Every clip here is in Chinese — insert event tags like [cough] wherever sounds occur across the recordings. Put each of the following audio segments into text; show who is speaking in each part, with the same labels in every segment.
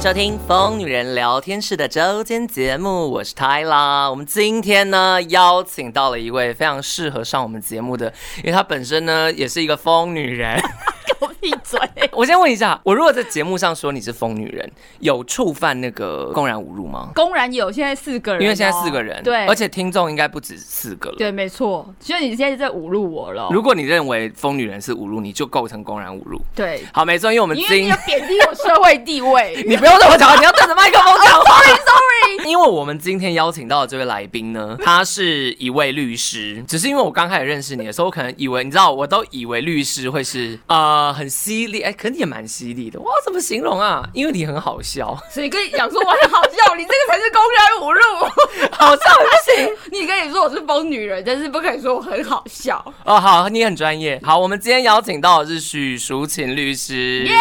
Speaker 1: 收听《疯女人聊天室》的周间节目，我是 t 啦。我们今天呢邀请到了一位非常适合上我们节目的，因为她本身呢也是一个疯女
Speaker 2: [laughs]
Speaker 1: 人。
Speaker 2: 给我闭嘴！
Speaker 1: 我先问一下，我如果在节目上说你是疯女人，有触犯那个公然侮辱吗？
Speaker 2: 公然有，现在四个人哦、
Speaker 1: 因为现在四个人，
Speaker 2: 对，
Speaker 1: 而且听众应该不止四个了。
Speaker 2: 对，没错，所以你现在在侮辱我了。
Speaker 1: 如果你认为疯女人是侮辱，你就构成公然侮辱。
Speaker 2: 对，
Speaker 1: 好，没错，因为我们
Speaker 2: 因为你
Speaker 1: 今
Speaker 2: 要贬低我社会地位
Speaker 1: [laughs] 。你不用对我讲话，你要对着麦克风讲话。
Speaker 2: Sorry，
Speaker 1: 因为我们今天邀请到的这位来宾呢，他是一位律师。只是因为我刚开始认识你的时候，我可能以为你知道，我都以为律师会是呃很犀利，哎、可能也蛮犀利的。哇，怎么形容啊？因为你很好笑，
Speaker 2: 所以跟你讲说我很好笑，你这个才是公然侮辱。 [laughs]
Speaker 1: 好笑很不行。
Speaker 2: 你可以说我是疯女人，但是不可以说我很好
Speaker 1: [laughs]
Speaker 2: 笑。
Speaker 1: 哦，好，你很专业。好，我们今天邀请到的是许淑琴律师。
Speaker 2: 耶、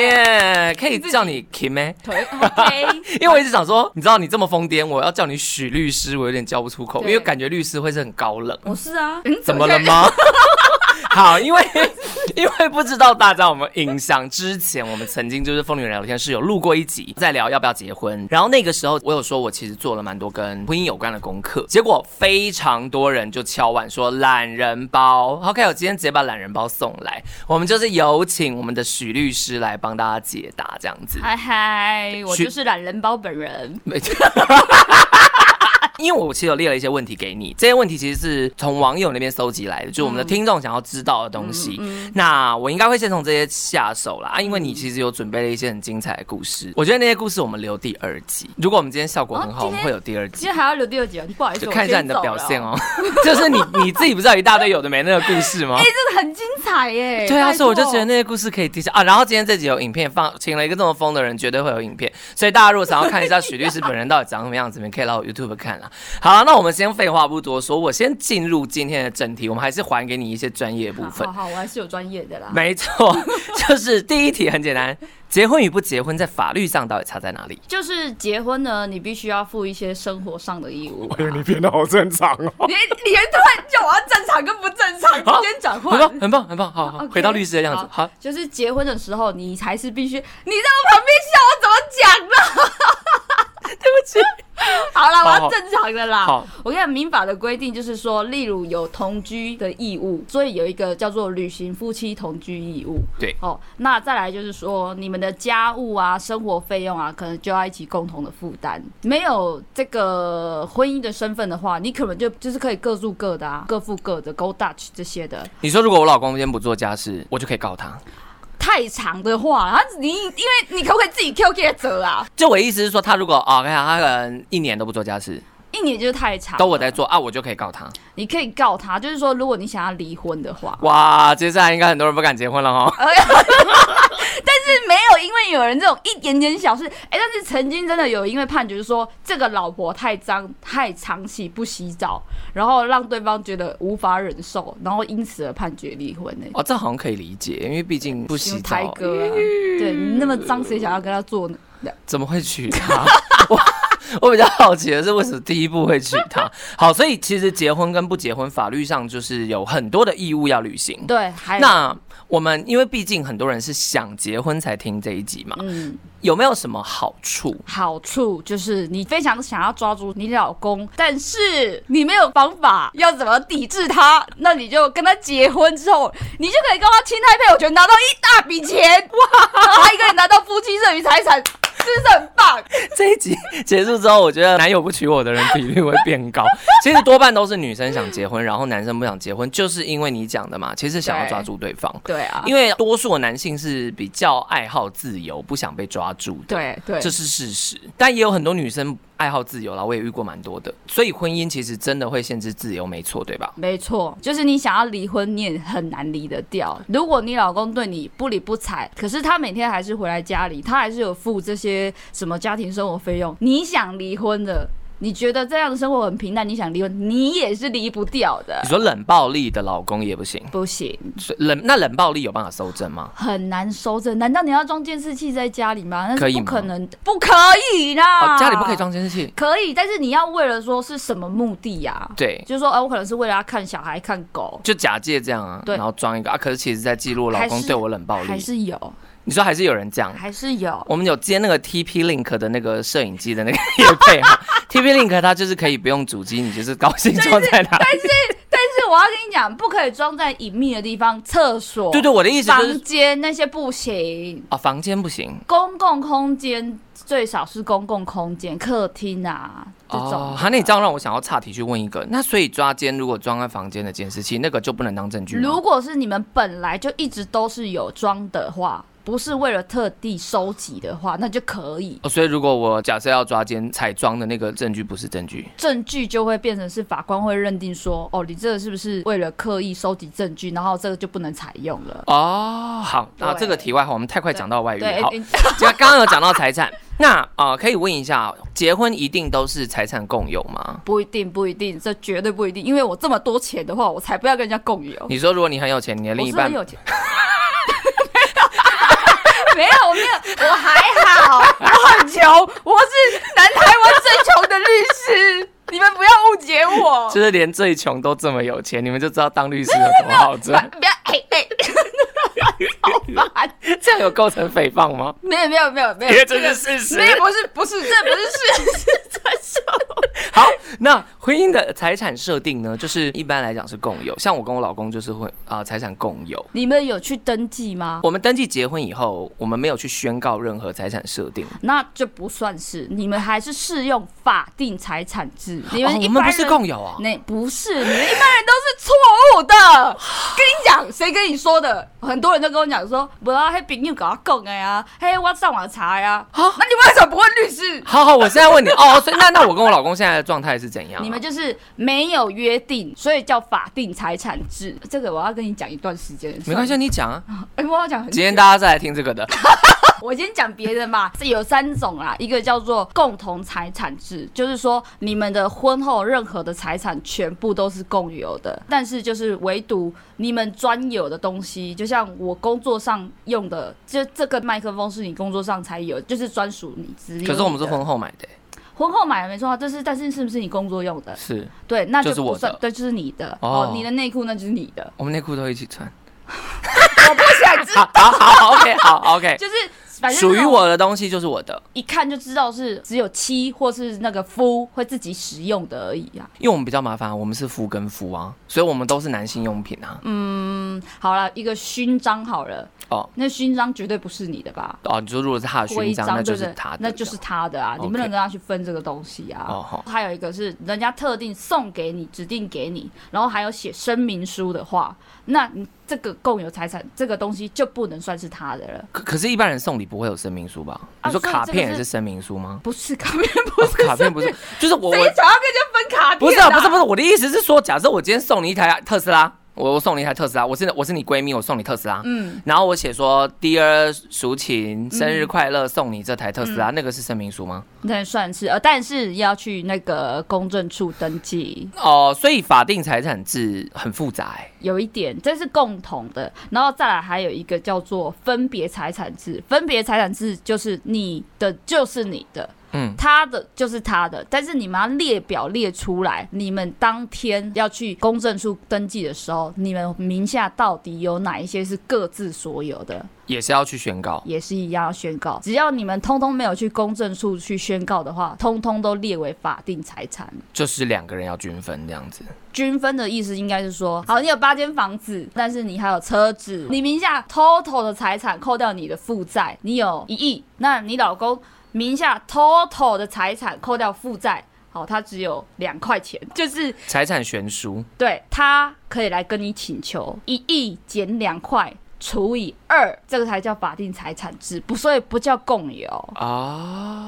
Speaker 1: 耶可以叫你 Kim 哎、
Speaker 2: 腿 OK，
Speaker 1: 因为我一直想说，你知道你这么疯癫，我要叫你许律师，我有点叫不出口，因
Speaker 2: 对
Speaker 1: 为感觉律师会是很高冷。
Speaker 2: 我是啊。嗯
Speaker 1: [laughs] 怎么了？吗？好，因为因为不知道大家有没有印象，之前我们曾经就是疯女人聊天室有录过一集，在聊要不要结婚。然后那个时候我有说，我其实做了蛮多跟婚姻有关的功课，结果非常多人就敲碗说懒人包。OK，我今天直接把懒人包送来，我们就是有请我们的许律师来帮大家解答这样子。
Speaker 2: 嗨嗨，我
Speaker 1: 去
Speaker 2: 就是懒人包本人。
Speaker 1: 没错。 [laughs] 因为我其实有列了一些问题给你，这些问题其实是从网友那边搜集来的，就是我们的听众想要知道的东西。
Speaker 2: 嗯
Speaker 1: 那我应该会先从这些下手啦，啊，因为你其实有准备了一些很精彩的故事，我觉得那些故事我们留第二集。如果我们今天效果很好，
Speaker 2: 哦
Speaker 1: 我
Speaker 2: 今天
Speaker 1: 们会有第二集
Speaker 2: 今。天还要留第二集哦，不好意思，
Speaker 1: 就
Speaker 2: 我
Speaker 1: 看一下
Speaker 2: 先
Speaker 1: 你的
Speaker 2: 走
Speaker 1: 表
Speaker 2: 了
Speaker 1: 现。哦， [laughs] 就是你你自己不是有一大堆有的没那个故事吗
Speaker 2: [laughs] 哎、？这个很精彩耶！
Speaker 1: 对啊，
Speaker 2: 哎拜
Speaker 1: 所以我就
Speaker 2: 托
Speaker 1: 觉得那些故事可以提下啊。然后今天这集有影片放，请了一个这么疯的人，绝对会有影片。所以大家如果想要看一下许律师本人到底长什么样子，你们可以来我 YouTube 看啦。好了，那我们先废话不多说，我先进入今天的正题，我们还是还给你一些专业部分
Speaker 2: 好。好，好我还是有专业的啦。
Speaker 1: 没错， [laughs] 就是第一题很简单，结婚与不结婚在法律上到底差在哪里？
Speaker 2: 就是结婚呢，你必须要负一些生活上的义
Speaker 1: [laughs]
Speaker 2: 务。
Speaker 3: 哎呦，你变得好正常哦！
Speaker 2: 你你还突然叫我要正常跟不正常之间转
Speaker 1: 很
Speaker 2: 换，
Speaker 1: 棒，很棒，很棒，好好
Speaker 2: OK，
Speaker 1: 回到律师的样子。好，
Speaker 2: 就是结婚的时候，你才是必须。你在我旁边笑，我怎么讲呢？
Speaker 1: [laughs]
Speaker 2: 对不起。 [laughs] 好啦，
Speaker 1: 好
Speaker 2: 我
Speaker 1: 好
Speaker 2: 要正常的啦。
Speaker 1: 好
Speaker 2: 我跟你讲，民法的规定就是说，例如有同居的义务，所以有一个叫做履行夫妻同居义务。
Speaker 1: 对
Speaker 2: 哦，那再来就是说，你们的家务啊、生活费用啊，可能就要一起共同的负担。没有这个婚姻的身份的话，你可能就就是可以各住各的啊，各付各的，Go Dutch 这些的。
Speaker 1: 你说如果我老公今天不做家事，我就可以告他。
Speaker 2: 太长的话，他你因为你可不可以自己 QQ 折啊？
Speaker 1: 就我的意思是说，他如果啊，看他可能一年都不做家事，
Speaker 2: 一年就是太长，
Speaker 1: 都我在，做啊，我就可以告他。
Speaker 2: 你可以告他，就是说，如果你想要离婚的话，
Speaker 1: 哇，接下来应该很多人不敢结婚了哈。
Speaker 2: 哎呀但是没有，因为有人这种一点点小事，哎、但是曾经真的有因为判决就说这个老婆太脏、太长期不洗澡，然后让对方觉得无法忍受，然后因此而判决离婚哎呢、
Speaker 1: 哦，这好像可以理解，因为毕竟不洗
Speaker 2: 用台
Speaker 1: 澡，
Speaker 2: 哥、啊，对你那么脏，谁想要跟他做呢？
Speaker 1: 怎么会娶她？ [laughs] 我我比较好奇的是，为什么第一步会娶她？好，所以其实结婚跟不结婚，法律上就是有很多的义务要履行。
Speaker 2: 对，还有
Speaker 1: 那我们因为毕竟很多人是想结婚才听这一集嘛，
Speaker 2: 嗯。
Speaker 1: 有没有什么好处？
Speaker 2: 好处就是你非常想要抓住你老公，但是你没有方法要怎么抵制他，那你就跟他结婚之后，你就可以跟他亲太配偶权，拿到一大笔钱， [laughs] 哇，然后还可以拿到夫妻剩余财产，是不是很棒？
Speaker 1: [laughs] 这一集结束之后，我觉得男友不娶我的人比率会变高。其实多半都是女生想结婚，然后男生不想结婚，就是因为你讲的嘛，其实想要抓住对方。
Speaker 2: 对啊，
Speaker 1: 因为多数的男性是比较爱好自由，不想被抓住的，
Speaker 2: 对对，
Speaker 1: 这是事实。但也有很多女生爱好自由啦，我也遇过蛮多的。所以婚姻其实真的会限制自由，没错，对吧？
Speaker 2: 没错，就是你想要离婚，你也很难离得掉。如果你老公对你不理不睬，可是他每天还是回来家里，他还是有付这些什么家庭生活费用，你想离婚的，你觉得这样的生活很平淡，你想离婚，你也是离不掉的
Speaker 1: 你。说冷暴力的老公也不行，
Speaker 2: 不行，
Speaker 1: 所以冷那冷暴力有办法搜证吗？
Speaker 2: 很难收证。难道你要装监视器在家里吗？那
Speaker 1: 可以
Speaker 2: 是不
Speaker 1: 吗
Speaker 2: 可能，不可以啦、
Speaker 1: 哦，家里不可以，装监视器。
Speaker 2: 可以，但是你要为了说是什么目的呀、
Speaker 1: 对，
Speaker 2: 就是说，呃，我可能是为了要看小孩、看狗，
Speaker 1: 就假借这样啊，
Speaker 2: 对
Speaker 1: 然后装一个啊，可是其实在记录老
Speaker 2: 还
Speaker 1: 公
Speaker 2: 是
Speaker 1: 对我冷暴力
Speaker 2: 还，是有，
Speaker 1: 你说还是有人这样，
Speaker 2: 还是有
Speaker 1: 我们有接那个 TP Link 的那个摄影机的那个 [laughs] 业配哈，TP Link 它就是可以不用主机，你就是高
Speaker 2: [laughs]
Speaker 1: 兴装在它。
Speaker 2: 但是但是我要跟你讲，不可以装在隐秘的地方，厕所、
Speaker 1: 对对，我的意思就是
Speaker 2: 房间那些不行，
Speaker 1: 啊、房间不行
Speaker 2: 公共空间最少是公共空间，客厅啊这种的。
Speaker 1: 哦。哈，那你这样让我想要岔题去问一个，那所以抓奸如果装在房间的监视器，那个就不能当证据吗
Speaker 2: 如果是你们本来就一直都是有装的话，不是为了特地收集的话，那就可以。
Speaker 1: 哦，所以如果我假设要抓奸，彩妆的那个证据不是证据，
Speaker 2: 证据就会变成是法官会认定说，哦，你这个是不是为了刻意收集证据，然后这个就不能采用了。
Speaker 1: 哦，好，啊，
Speaker 2: 对
Speaker 1: 这个题外话，我们太快讲到外遇，
Speaker 2: 对
Speaker 1: 好，，
Speaker 2: 诶
Speaker 1: 刚刚有讲到财产， [laughs] 那啊、呃可以问一下，结婚一定都是财产共有吗？
Speaker 2: 不一定，不一定，这绝对不一定，因为我这么多钱的话，我才不要跟人家共有。
Speaker 1: 你说如果你很有钱，你的另
Speaker 2: 我
Speaker 1: 一
Speaker 2: 是很
Speaker 1: 半
Speaker 2: 有钱。 [laughs] 没有，我没有，我还好，我很穷，我是南台湾最穷的律师，你们不要误解我。
Speaker 1: 就是连最穷都这么有钱，你们就知道当律师有多
Speaker 2: [laughs]
Speaker 1: 好赚。
Speaker 2: 不要，哎
Speaker 1: [laughs]
Speaker 2: 哎，好烦！
Speaker 1: 这样有构成诽谤
Speaker 2: [laughs]
Speaker 1: 吗？
Speaker 2: 没有没有没有没有，
Speaker 1: 因为这是事实。
Speaker 2: 没有不是不是，这不
Speaker 1: [laughs]
Speaker 2: 是事实，这是
Speaker 1: 好，那婚姻的财产设定呢，就是一般来讲是共有，像我跟我老公就是会啊、财产共有。
Speaker 2: 你们有去登记吗？
Speaker 1: 我们登记结婚以后，我们没有去宣告任何财产设定。
Speaker 2: 那就不算是，你们还是适用法定财产制。你
Speaker 1: 哦
Speaker 2: 们一
Speaker 1: 我们
Speaker 2: 般
Speaker 1: 不
Speaker 2: 人
Speaker 1: 是共有啊。
Speaker 2: 那不是，你们一般人都是错误的。跟你讲，谁跟你说的？很多人都跟我讲说，不要黑朋友搞他供的呀，嘿，我上网查呀。
Speaker 1: 啊
Speaker 2: 那你为什么不问律师？
Speaker 1: 好好，我现在问你哦，所以那那我跟我老公现在的状态是怎样、啊
Speaker 2: 你们就是没有约定，所以叫法定财产制。这个我要跟你讲一段时间，
Speaker 1: 没关系，你讲啊。
Speaker 2: 算了。哎、我要讲很久
Speaker 1: 今天大家再来听这个的，
Speaker 2: 我今天讲别的嘛， [laughs] 是有三种啦，一个叫做共同财产制，就是说你们的婚后任何的财产全部都是共有的，但是就是唯独你们专有的东西，就像我工作上用的，就这个麦克风是你工作上才有，就是专属你只有你的。
Speaker 1: 可是我们是婚后买的欸、
Speaker 2: 婚后买的没错啊，就是但是是不是你工作用的？
Speaker 1: 是
Speaker 2: 对，那
Speaker 1: 就是
Speaker 2: 不
Speaker 1: 我的
Speaker 2: 算对，就是你的
Speaker 1: 哦
Speaker 2: 哦，你的内裤那就是你的。
Speaker 1: 我们内裤都一起穿。
Speaker 2: 我不想知，
Speaker 1: 好 [laughs] 好好，OK，好 OK，
Speaker 2: [laughs] 就是反正
Speaker 1: 哎属于
Speaker 2: 那种
Speaker 1: 我的东西就是我的，
Speaker 2: 一看就知道是只有妻或是那个夫会自己使用的而已啊。
Speaker 1: 因为我们比较麻烦，我们是夫跟夫啊，所以我们都是男性用品啊。
Speaker 2: 嗯好了，一个勋章好了，
Speaker 1: 哦
Speaker 2: 那勋章绝对不是你的吧？
Speaker 1: 哦，你说如果是他的
Speaker 2: 徽
Speaker 1: 勋章，那就
Speaker 2: 对不
Speaker 1: 是
Speaker 2: 对
Speaker 1: 他的，，
Speaker 2: 那就是他的啊，
Speaker 1: OK
Speaker 2: 你不能跟他去分这个东西啊。
Speaker 1: 哦好
Speaker 2: 还有一个是人家特定送给你、指定给你，然后还有写声明书的话，那你这个共有财产这个东西就不能算是他的
Speaker 1: [laughs]
Speaker 2: 了。
Speaker 1: 可可是，一般人送礼不会有声明书吧？
Speaker 2: 啊
Speaker 1: 你说
Speaker 2: 所以
Speaker 1: 卡
Speaker 2: 这个
Speaker 1: 片也
Speaker 2: 是
Speaker 1: 是声明书吗？
Speaker 2: 不是卡片，不是
Speaker 1: 哦卡片不是，就是我我
Speaker 2: 谁想要跟人家分卡片、啊？
Speaker 1: 不是啊，不是不是，我的意思是说，假设我今天送你一台啊特斯拉，我我送你一台特斯拉，我是我是你闺蜜，我送你特斯拉，嗯，然后我写说 Dear 淑琴，生日快乐，送你这台特斯
Speaker 2: 嗯
Speaker 1: 拉，那个是声明书吗？
Speaker 2: 那算是呃，但是要去那个公证处登记，
Speaker 1: 哦，所以法定财产制很复杂欸
Speaker 2: 有一点这是共同的，然后再来还有一个叫做分别财产制，分别财产制就是你的就是你的。
Speaker 1: 嗯
Speaker 2: 他的就是他的，但是你们要列表列出来，你们当天要去公证处登记的时候，你们名下到底有哪一些是各自所有的？
Speaker 1: 也是要去宣告。
Speaker 2: 也是一样要宣告。只要你们通通没有去公证处去宣告的话，通通都列为法定财产。
Speaker 1: 就是两个人要均分这样子。
Speaker 2: 均分的意思应该是说，好，你有八间房子，但是你还有车子，你名下 total 的财产扣掉你的负债，你有一亿，那你老公名下 total 的财产扣掉负债，好，他只有两块钱，就是
Speaker 1: 财产悬殊，
Speaker 2: 对他可以来跟你请求一亿减两块。除以二，这个才叫法定财产制，不，所以不叫共有。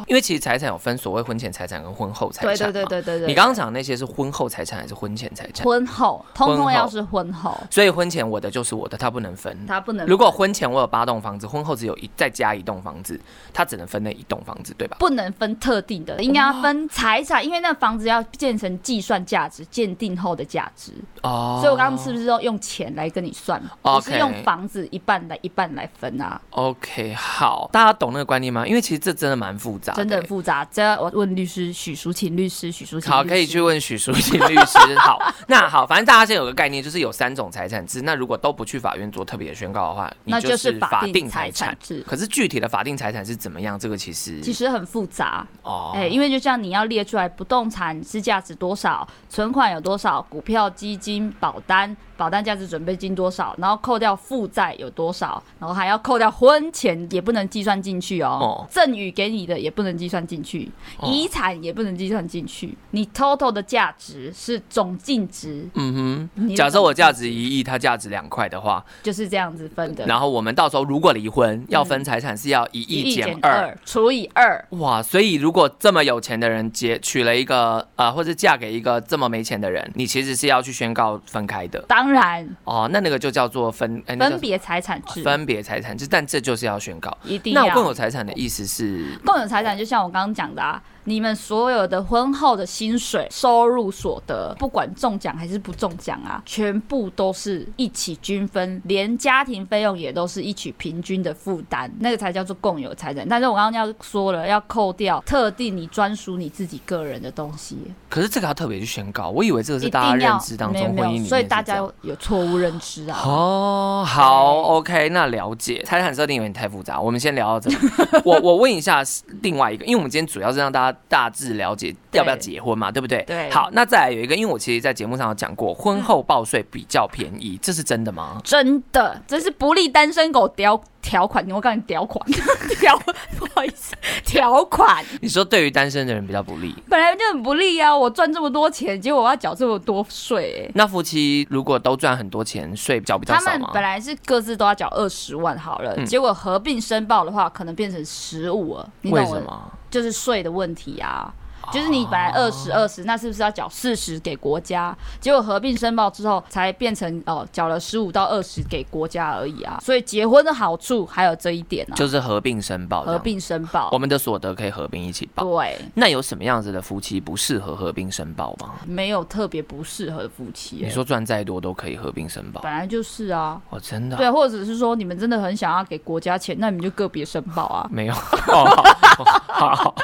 Speaker 1: 因为其实财产有分所谓婚前财产跟婚后财产
Speaker 2: 对
Speaker 1: 嘛。
Speaker 2: 哦对对对对对，
Speaker 1: 你刚刚讲的那些是婚后财产还是婚前财产？
Speaker 2: 婚后，通
Speaker 1: 婚后
Speaker 2: 通要是婚后，
Speaker 1: 所以婚前我的就是我的，它不能分。
Speaker 2: 他不能
Speaker 1: 如果婚前我有八栋房子，婚后只有一再加一栋房子，它只能分那一栋房子，对吧？
Speaker 2: 不能分特定的，应该要分财产，因为那房子要建成计算价值、鉴定后的价值，
Speaker 1: 哦
Speaker 2: 所以我刚刚是不是都用钱来跟你算，
Speaker 1: OK
Speaker 2: 不是用房子就是一半来一半来分啊，
Speaker 1: OK，好，大家懂那个观念吗？因为其实这真的蛮复杂的，
Speaker 2: 真的很复杂。这要我问律师许淑琴律师，许淑琴
Speaker 1: 好，
Speaker 2: 律
Speaker 1: 可以
Speaker 2: 师
Speaker 1: 去问许淑琴律 [laughs] 师。好，那好，反正大家现在有个概念，就是有三种财产制。那如果都不去法院做特别的宣告的话，你
Speaker 2: 那
Speaker 1: 就
Speaker 2: 就是法
Speaker 1: 法
Speaker 2: 定
Speaker 1: 定
Speaker 2: 财
Speaker 1: 产
Speaker 2: 产制
Speaker 1: 可是具体的法定财产是怎么样？这个其实
Speaker 2: 其实很复杂，
Speaker 1: 哦，
Speaker 2: 哎、因为就像你要列出来不动产是价值多少，存款有多少，股票、基金、保单、保单价值准备金多少，然后扣掉负债有多少，然后还要扣掉婚前也不能计算进去哦，
Speaker 1: 哦
Speaker 2: 赠与给你的也不能计算进去，
Speaker 1: 哦
Speaker 2: 遗产也不能计算进去，你 total 的价值是总净值，
Speaker 1: 嗯
Speaker 2: 你
Speaker 1: 哼，
Speaker 2: 的
Speaker 1: 假设
Speaker 2: 总
Speaker 1: 我价值一亿，他价值两块的话，
Speaker 2: 就是这样子分的，
Speaker 1: 然后我们到时候如果离婚，要分财产是要嗯一
Speaker 2: 一
Speaker 1: 亿减二。
Speaker 2: 二除以二，
Speaker 1: 哇，所以如果这么有钱的人结娶了一个呃，或者嫁给一个这么没钱的人，你其实是要去宣告分开的
Speaker 2: 当然
Speaker 1: 哦。那那个就叫做分，哎那叫
Speaker 2: 分别财产制
Speaker 1: 分别财产制，但这就是要宣告。
Speaker 2: 一定
Speaker 1: 那
Speaker 2: 要
Speaker 1: 我共有财产的意思是，
Speaker 2: 共有财产就像我刚刚讲的啊，你们所有的婚后的薪水、收入、所得，不管中奖还是不中奖啊，全部都是一起均分，连家庭费用也都是一起平均的负担，那个才叫做共有财产。但是我刚刚要说了，要扣掉特定你专属你自己个人的东西，
Speaker 1: 可是这个要特别去宣告，我以为这个
Speaker 2: 一
Speaker 1: 是
Speaker 2: 定
Speaker 1: 大家认
Speaker 2: 要
Speaker 1: 知当
Speaker 2: 没有
Speaker 1: 中
Speaker 2: 没
Speaker 1: 婚姻里
Speaker 2: 有，
Speaker 1: 面
Speaker 2: 所以大
Speaker 1: 是这
Speaker 2: 家
Speaker 1: 样
Speaker 2: 有有错误认知啊。
Speaker 1: 哦，好
Speaker 2: 对
Speaker 1: ，OK，那了解。财产设定有点太复杂，我们先聊到这里。 [laughs] 我我问一下另外一个，因为我们今天主要是让大家大致了解要不要结婚嘛，对不对？
Speaker 2: 对
Speaker 1: 好，那再来有一个，因为我其实在节目上有讲过，婚后报税比较便宜，这是真的吗？
Speaker 2: 真的，这是不利单身狗条条款，我告诉你条款 [laughs] 条，不好意思，条款。
Speaker 1: 你说对于单身的人比较不利，
Speaker 2: 本来就很不利啊！我赚这么多钱，结果我要缴这么多税、欸。
Speaker 1: 那夫妻如果都赚很多钱，税缴比较
Speaker 2: 他
Speaker 1: 少
Speaker 2: 们
Speaker 1: 吗
Speaker 2: 本？来是各自都要缴二十万好了，
Speaker 1: 嗯
Speaker 2: 结果合并申报的话，可能变成十五了。你
Speaker 1: 为
Speaker 2: 懂我
Speaker 1: 什
Speaker 2: 的？
Speaker 1: 么？
Speaker 2: 就是税的问题啊。就是你本来二十二十，那是不是要缴四十给国家？结果合并申报之后，才变成哦，缴了十五到二十给国家而已啊。所以结婚的好处还有这一点啊，
Speaker 1: 就是合并申报这
Speaker 2: 合
Speaker 1: 样子，
Speaker 2: 并申报
Speaker 1: 我。们的所得可以合并一起报。
Speaker 2: 对，
Speaker 1: 那有什么样子的夫妻不适合合并申报吗？
Speaker 2: 没有特别不适合夫妻、欸
Speaker 1: 你说赚再多都可以合并申报
Speaker 2: 本，来就是啊。
Speaker 1: 哦，真的啊
Speaker 2: 对，或者是说你们真的很想要给国家钱，那你们就个别申报啊。
Speaker 1: 没有？ [laughs] 哦，好好好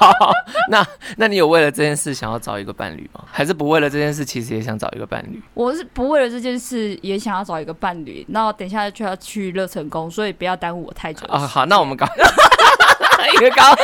Speaker 1: 好好，那那你有为了这件事想要找一个伴侣吗？还是不为了这件事，其实也想找一个伴侣？
Speaker 2: 我是不为了这件事也想要找一个伴侣，那我等一下就要去乐成宫，所以不要耽误我太久。
Speaker 1: 啊，好，那我们刚，因为刚刚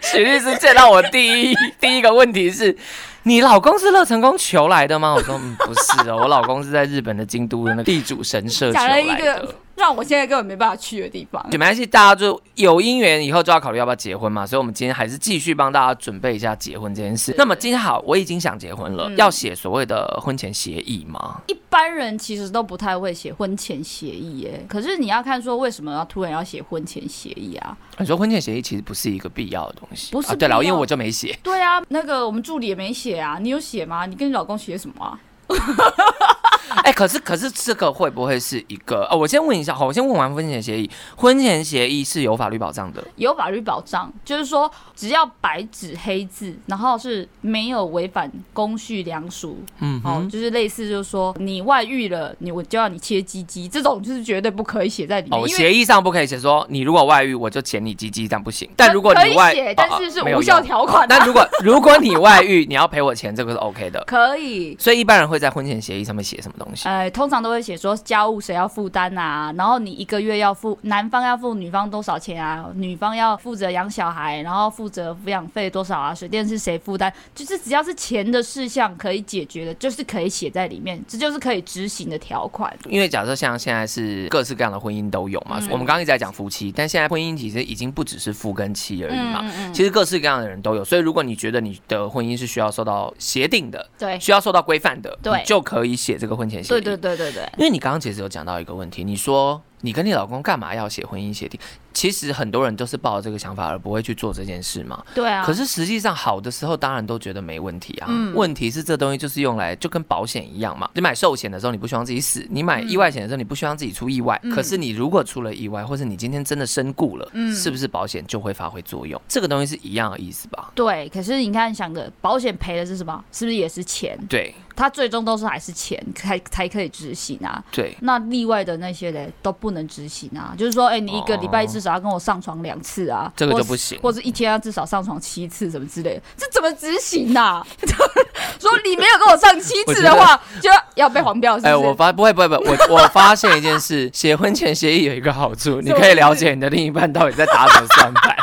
Speaker 1: 许律师见到我第一第一个问题是，你老公是乐成宫求来的吗？我说、嗯、不是哦，我老公是在日本的京都的那个地主神社求
Speaker 2: 讲
Speaker 1: 来
Speaker 2: 了一
Speaker 1: 的
Speaker 2: 个。 [laughs] 让我现在根本没办法去的地方。
Speaker 1: 没关系，大家就有姻缘以后就要考虑要不要结婚嘛，所以我们今天还是继续帮大家准备一下结婚这件事。那么今天好，我已经想结婚了，
Speaker 2: 嗯
Speaker 1: 要写所谓的婚前协议吗？
Speaker 2: 一般人其实都不太会写婚前协议耶，可是你要看说为什么要突然要写婚前协议啊？
Speaker 1: 你说婚前协议其实不是一个必要的东西，
Speaker 2: 不是
Speaker 1: 啊、对
Speaker 2: 必
Speaker 1: 了，
Speaker 2: 要
Speaker 1: 因为我就没写，
Speaker 2: 对啊，那个我们助理也没写啊，你有写吗？你跟你老公写什么啊？
Speaker 1: 哎、可是可是这个会不会是一个？哦，我先问一下，好，我先问完婚前协议，婚前协议是有法律保障的，
Speaker 2: 有法律保障，就是说只要白纸黑字，然后是没有违反公序良俗，
Speaker 1: 嗯
Speaker 2: 哦，就是类似就是说你外遇了，你我就要你切鸡鸡，这种就是绝对不可以写在里面，
Speaker 1: 哦，
Speaker 2: 因为
Speaker 1: 协议上不可以写说你如果外遇我就剪你鸡鸡，这样不行。但如果
Speaker 2: 可以
Speaker 1: 你外，
Speaker 2: 写
Speaker 1: 哦，
Speaker 2: 但是是
Speaker 1: 没有
Speaker 2: 无效
Speaker 1: 用 [laughs]
Speaker 2: 条款
Speaker 1: 那
Speaker 2: 啊，
Speaker 1: 如果如果你外遇，你要赔我钱，这个是 OK 的。
Speaker 2: 可以。
Speaker 1: 所以一般人会在婚前协议上面写什么东西？
Speaker 2: 呃，通常都会写说家务谁要负担啊，然后你一个月要付男方要付女方多少钱啊，女方要负责养小孩，然后负责抚养费多少啊，水电是谁负担，就是只要是钱的事项可以解决的，就是可以写在里面，这就是可以执行的条款。
Speaker 1: 因为假设像现在是各式各样的婚姻都有
Speaker 2: 嗯
Speaker 1: 嘛，我们刚刚一直在讲夫妻，但现在婚姻其实已经不只是夫跟妻而已嘛，
Speaker 2: 嗯
Speaker 1: 其实各式各样的人都有。所以如果你觉得你的婚姻是需要受到协定的，
Speaker 2: 对，
Speaker 1: 需要受到规范的，
Speaker 2: 对
Speaker 1: 你就可以写这个婚前协议。
Speaker 2: 对对对对对，
Speaker 1: 因为你刚刚其实有讲到一个问题，你说你跟你老公干嘛要写婚姻协定？其实很多人都是抱着这个想法而不会去做这件事嘛。
Speaker 2: 对啊。
Speaker 1: 可是实际上好的时候，当然都觉得没问题啊。
Speaker 2: 嗯
Speaker 1: 问题是这东西就是用来就跟保险一样嘛，你买寿险的时候你不希望自己死，
Speaker 2: 嗯
Speaker 1: 你买意外险的时候你不希望自己出意外。可是你如果出了意外，或是你今天真的身故了，
Speaker 2: 嗯
Speaker 1: 是不是保险就会发挥作用？这个东西是一样的意思吧？
Speaker 2: 对，可是你看，想的保险赔的是什么？是不是也是钱？
Speaker 1: 对
Speaker 2: 它最终都是还是钱才才可以执行啊。
Speaker 1: 对。
Speaker 2: 那例外的那些嘞都不不能执行啊，就是说，哎、你一个礼拜至少要跟我上床两次啊，
Speaker 1: 哦这个就
Speaker 2: 或是
Speaker 1: 不行
Speaker 2: 或者一天要至少上床七次什么之类的，这怎么执行
Speaker 1: [laughs]
Speaker 2: 呐、啊？说你没有跟我上七次的话，就要被黄标，是不
Speaker 1: 哎、
Speaker 2: 是？
Speaker 1: 我发不会不会不会，我 [laughs] 我发现一件事，写婚前协议有一个好
Speaker 2: [laughs]
Speaker 1: 处，你可以了解你的另一半到底在打什么算盘。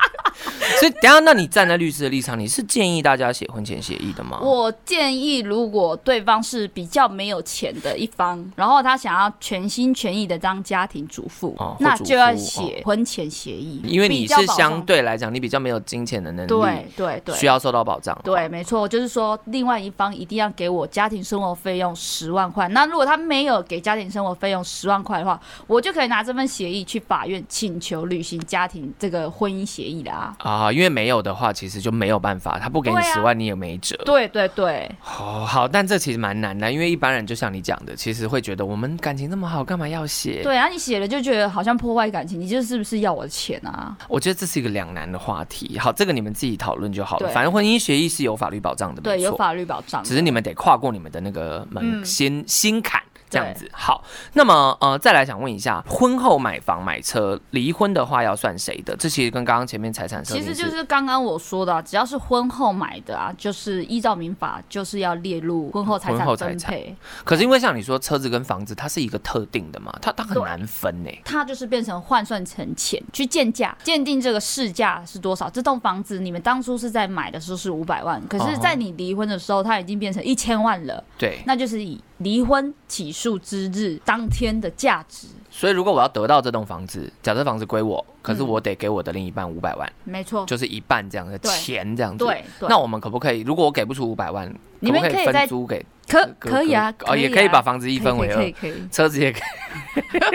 Speaker 1: 所以，等一下，那你站在律师的立场，你是建议大家写婚前协议的吗？
Speaker 2: 我建议，如果对方是比较没有钱的一方，然后他想要全心全意的当家庭主妇，
Speaker 1: 哦
Speaker 2: 那
Speaker 1: 或主妇
Speaker 2: 就要写婚前协议，
Speaker 1: 因为你
Speaker 2: 比较
Speaker 1: 是
Speaker 2: 保障
Speaker 1: 相对来讲，你比较没有金钱的能力，
Speaker 2: 对对对
Speaker 1: 需要受到保障。
Speaker 2: 对，没错，就是说另外一方一定要给我家庭生活费用十万块。那如果他没有给家庭生活费用十万块的话，我就可以拿这份协议去法院请求履行家庭这个婚姻协议的啊。
Speaker 1: 啊，因为没有的话，其实就没有办法，他不给你
Speaker 2: 对啊
Speaker 1: 十万，你也没辙。
Speaker 2: 对对对，
Speaker 1: 哦，好，但这其实蛮难的，因为一般人就像你讲的，其实会觉得我们感情那么好，干嘛要写？
Speaker 2: 对，然后你写了就觉得好像破坏感情，你这是不是要我的钱啊？
Speaker 1: 我觉得这是一个两难的话题。好，这个你们自己讨论就好了。
Speaker 2: 对
Speaker 1: 反正婚姻协议是有法律保障的，
Speaker 2: 对，
Speaker 1: 没
Speaker 2: 有
Speaker 1: 错
Speaker 2: 法律保障啊的。
Speaker 1: 只是你们得跨过你们的那个门，先先坎。这样
Speaker 2: 嗯对
Speaker 1: 子好，那么呃，再来想问一下，婚后买房买车，离婚的话要算谁的？这其实跟刚刚前面财产设
Speaker 2: 其
Speaker 1: 定
Speaker 2: 实就是是刚刚我说的啊、只要是婚后买的啊，就是依照民法就是要列入婚后财
Speaker 1: 婚后
Speaker 2: 产
Speaker 1: 财
Speaker 2: 分
Speaker 1: 产
Speaker 2: 配，
Speaker 1: 可是因为像你说车子跟房子，它是一个特定的嘛，它它很
Speaker 2: 对
Speaker 1: 难分呢、
Speaker 2: 它就是变成换算成钱去鉴价，鉴定这个市价是多少。这栋房子你们当初是在买的时候是五百万，可是
Speaker 1: 哦
Speaker 2: 在你离婚的时候，它已经变成一千万了，
Speaker 1: 对，
Speaker 2: 那就是以离婚起诉之日当天的价值。
Speaker 1: 所以如果我要得到这栋房子，假设房子归我，可
Speaker 2: 嗯
Speaker 1: 是我得给我的另一半五百万，
Speaker 2: 没错，
Speaker 1: 就是一半这样的
Speaker 2: 哦对
Speaker 1: 钱这样子。
Speaker 2: 对对
Speaker 1: 那我们可不可以？如果我给不出五百万，
Speaker 2: 你们
Speaker 1: 可不
Speaker 2: 可
Speaker 1: 可
Speaker 2: 以
Speaker 1: 以分
Speaker 2: 在
Speaker 1: 租给
Speaker 2: 可
Speaker 1: 哥
Speaker 2: 可以啊，
Speaker 1: 哥哦，也
Speaker 2: 可
Speaker 1: 可
Speaker 2: 以
Speaker 1: 以
Speaker 2: 啊
Speaker 1: 把房子一
Speaker 2: 可以
Speaker 1: 分为
Speaker 2: 可以
Speaker 1: 二，
Speaker 2: 可以可以。
Speaker 1: 车子也可以。 [laughs]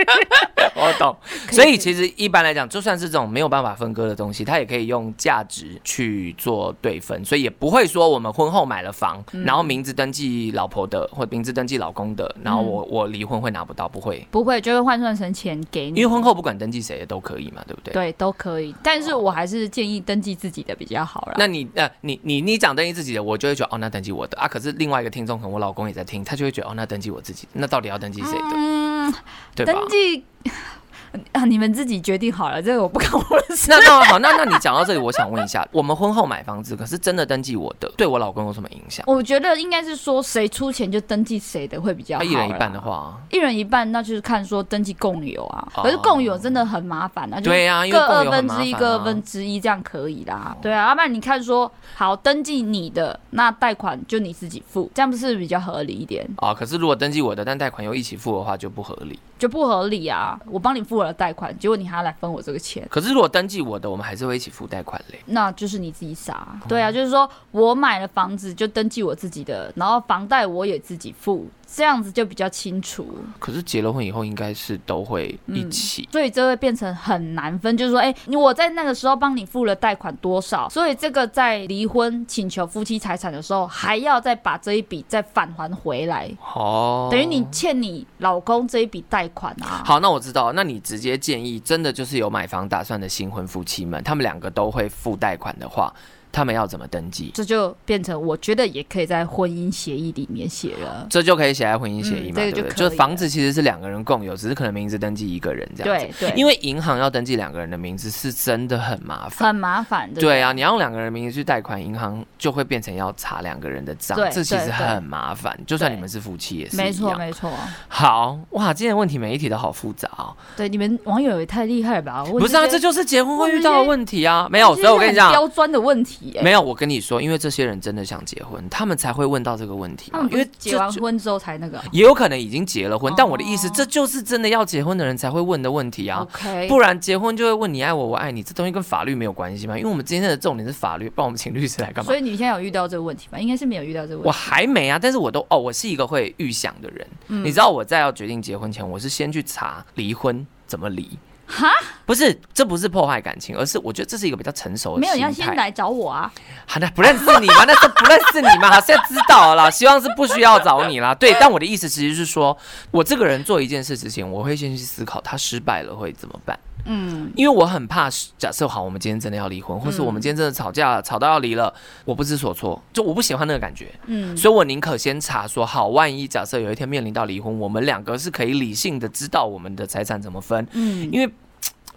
Speaker 1: 我懂，所以其实一般来讲，就算是这种没有办法分割的东西，它也可以用价值去做对分，所以也不会说我们婚后买了房，然后名字登记老婆的或名字登记老公的，然后我我离婚会拿不到，不会，
Speaker 2: 不会，就会换算成钱给你。
Speaker 1: 因为婚后不管登记谁的都可以嘛，嗯对不啊对？。
Speaker 2: 对，都可以，但是我还是建议登记自己的比较好啦。
Speaker 1: 那你呃，你你你讲登记自己的，我就会觉得哦，那登记我的啊。可是另外一个听众可能我老公也在听，他就会觉得哦，那登记我自己，那到底要登记谁的，
Speaker 2: 嗯，
Speaker 1: 对吧？
Speaker 2: 登记 [laughs] 啊，你们自己决定好了， [laughs] 这个我不干我的
Speaker 1: [laughs]
Speaker 2: 事。
Speaker 1: 那那好，那那你讲到这里，我想问一下，我们婚后买房子，可是真的登记我的，对我老公有什么影响？
Speaker 2: 我觉得应该是说谁出钱就登记谁的会比较
Speaker 1: 他啊
Speaker 2: 好。哎
Speaker 1: 一人一半的，哦话，
Speaker 2: 一人一半，那就是看说登记共有啊。
Speaker 1: 哦
Speaker 2: 可是共有真的很麻烦啊，就是
Speaker 1: 对啊因为
Speaker 2: 各
Speaker 1: 共
Speaker 2: 二
Speaker 1: 有很
Speaker 2: 分
Speaker 1: 麻烦啊哦
Speaker 2: 之一、各二分之一这样可以啦。对啊，要不然你看说好登记你的，那贷款就你自己付，这样不是比较合理一点？
Speaker 1: 啊、可是如果登记我的，但贷款又一起付的话就不合理。
Speaker 2: 就不合理啊！我帮你付了贷款，结果你还要来分我这个钱。
Speaker 1: 可是如果登记我的，我们还是会一起付贷款嘞。
Speaker 2: 那就是你自己傻啊、对
Speaker 1: 哦
Speaker 2: 啊，就是说我买了房子就登记我自己的，然后房贷我也自己付，这样子就比较清楚，
Speaker 1: 可是结了婚以后，应该是都会一起。
Speaker 2: 所以这会变成很难分。就是说，哎、你我在那个时候帮你付了贷款多少，所以这个在离婚请求夫妻财产的时候，还要再把这一笔再返还回来，
Speaker 1: 哦，
Speaker 2: 嗯等于你欠你老公这一笔贷款啊。
Speaker 1: 好，那我知道，那你直接建议，真的就是有买房打算的新婚夫妻们，他们两个都会付贷款的话，他们要怎么登记？
Speaker 2: 这就变成，我觉得也可以在婚姻协议里面写了。
Speaker 1: 这就可以写在婚姻协议嘛，
Speaker 2: 嗯这个
Speaker 1: 对不对？
Speaker 2: 就可以
Speaker 1: 是房子其实是两个人共有，只是可能名字登记一个人这样子。
Speaker 2: 对对，
Speaker 1: 因
Speaker 2: 为
Speaker 1: 为银行要登记两个人的名字是真的很麻烦。
Speaker 2: 很麻烦的。
Speaker 1: 对啊，你要用两个人的名字去贷款，银行就会变成要查两个人的账
Speaker 2: 对，
Speaker 1: 这其实
Speaker 2: 对
Speaker 1: 很麻烦。就算
Speaker 2: 对
Speaker 1: 你们是夫妻也是
Speaker 2: 没
Speaker 1: 一
Speaker 2: 错
Speaker 1: 样
Speaker 2: 没错。
Speaker 1: 好哇，今天的问题每一题都好复杂哦。
Speaker 2: 对，你们网友也太厉害了吧？
Speaker 1: 不是啊，这就是结婚会遇到的问题啊。没有，所以我跟你
Speaker 2: 刁
Speaker 1: 讲，
Speaker 2: 钻的问题、欸。
Speaker 1: 没有，我跟你说，因为这些人真的想结婚，他们才会问到这个问题
Speaker 2: 他
Speaker 1: 嘛。因
Speaker 2: 们不
Speaker 1: 为
Speaker 2: 是
Speaker 1: 这
Speaker 2: 结完婚之后才那个啊、
Speaker 1: 也有可能已经结了婚，但我的意思，
Speaker 2: 哦
Speaker 1: 这就是真的要结婚的人才会问的问题啊。
Speaker 2: OK，
Speaker 1: 不然结婚就会问你哎爱我，我爱你，这东西跟法律没有关系吗？因为我们今天的重点是法律，不然我们请律师来干嘛
Speaker 2: 所？以你现在有遇到这个问题吗？应该是没有遇到这个问
Speaker 1: 我
Speaker 2: 题。
Speaker 1: 还没啊，但是我都哦，我是一个会
Speaker 2: 嗯
Speaker 1: 预想的人。你知道我在要决定结婚前，我是先去查离婚怎么离，
Speaker 2: 哈，
Speaker 1: 不是，这不是破坏感情，而是我觉得这是一个比较成熟的
Speaker 2: 没有，
Speaker 1: 心
Speaker 2: 你要
Speaker 1: 态。
Speaker 2: 先来找我啊！
Speaker 1: 好的，不认识你嘛，那是不认识你嘛，好，现在知道了啦，希望是不需要找你啦。对，但我的意思其实是说，我这个人做一件事之前，我会先去思考他失败了会怎么办，
Speaker 2: 嗯，
Speaker 1: 因为我很怕是，假设好，我们今天真的要离婚，或是我们今天真的吵架了，吵到要离了，我不知所措，就我不喜欢那个感觉，
Speaker 2: 嗯
Speaker 1: 所以我宁可先查说好，万一假设有一天面临到离婚，我们两个是可以理性的知道我们的财产怎么分，
Speaker 2: 嗯，
Speaker 1: 因为。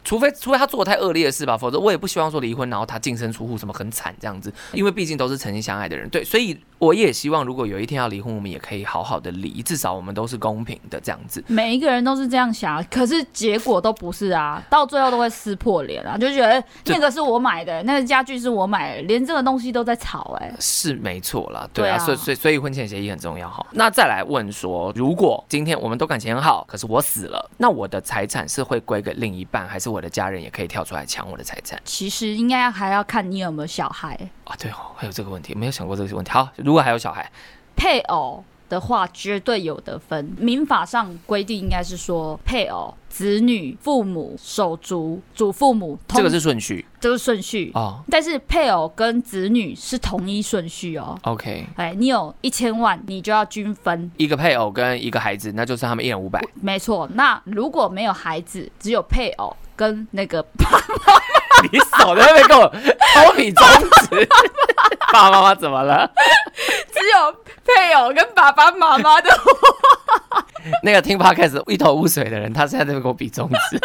Speaker 1: 除非除非他做的太恶劣的事吧，否则我也不希望说离婚，然后他净身出户什么很惨这样子，因为毕竟都是曾经相爱的人，对，所以我也希望如果有一天要离婚，我们也可以好好的离，至少我们都是公平的这样子。
Speaker 2: 每一个人都是这样想，可是结果都不是啊，到最后都会撕破脸啊，就觉得
Speaker 1: 对
Speaker 2: 那个是我买的，那个家具是我买的，连这个东西都在吵哎、
Speaker 1: 是没错啦，对啊，
Speaker 2: 对
Speaker 1: 所
Speaker 2: 啊
Speaker 1: 以所以所以婚前协议很重要哈。那再来问说，如果今天我们都感情很好，可是我死了，那我的财产是会归给另一半，还是我的家人也可以跳出来抢我的财产
Speaker 2: 其实应该还要看你有没有小孩，
Speaker 1: 啊？对哦，还有这个问题，没有想过这个问题。好，如果还有小孩，
Speaker 2: 配偶的话绝对有得分。民法上规定应该是说配偶、子女、父母、手足、祖父母，同
Speaker 1: 这个是顺序
Speaker 2: 这个顺序。
Speaker 1: 哦。
Speaker 2: 但是配偶跟子女是同一顺序哦。
Speaker 1: OK，
Speaker 2: 哎，你有一千万，你就要均分，
Speaker 1: 一个配偶跟一个孩子，那就是他们一人五百。
Speaker 2: 没错。那如果没有孩子，只有配偶跟那个 [laughs]
Speaker 1: 你手在那边跟 [laughs] 我抠你中指， [laughs] 爸爸妈妈怎么了？
Speaker 2: 只有配偶跟爸爸妈妈的，
Speaker 1: 那个听 podcast 一头雾水的人，他现在在那边跟我比中指， [laughs]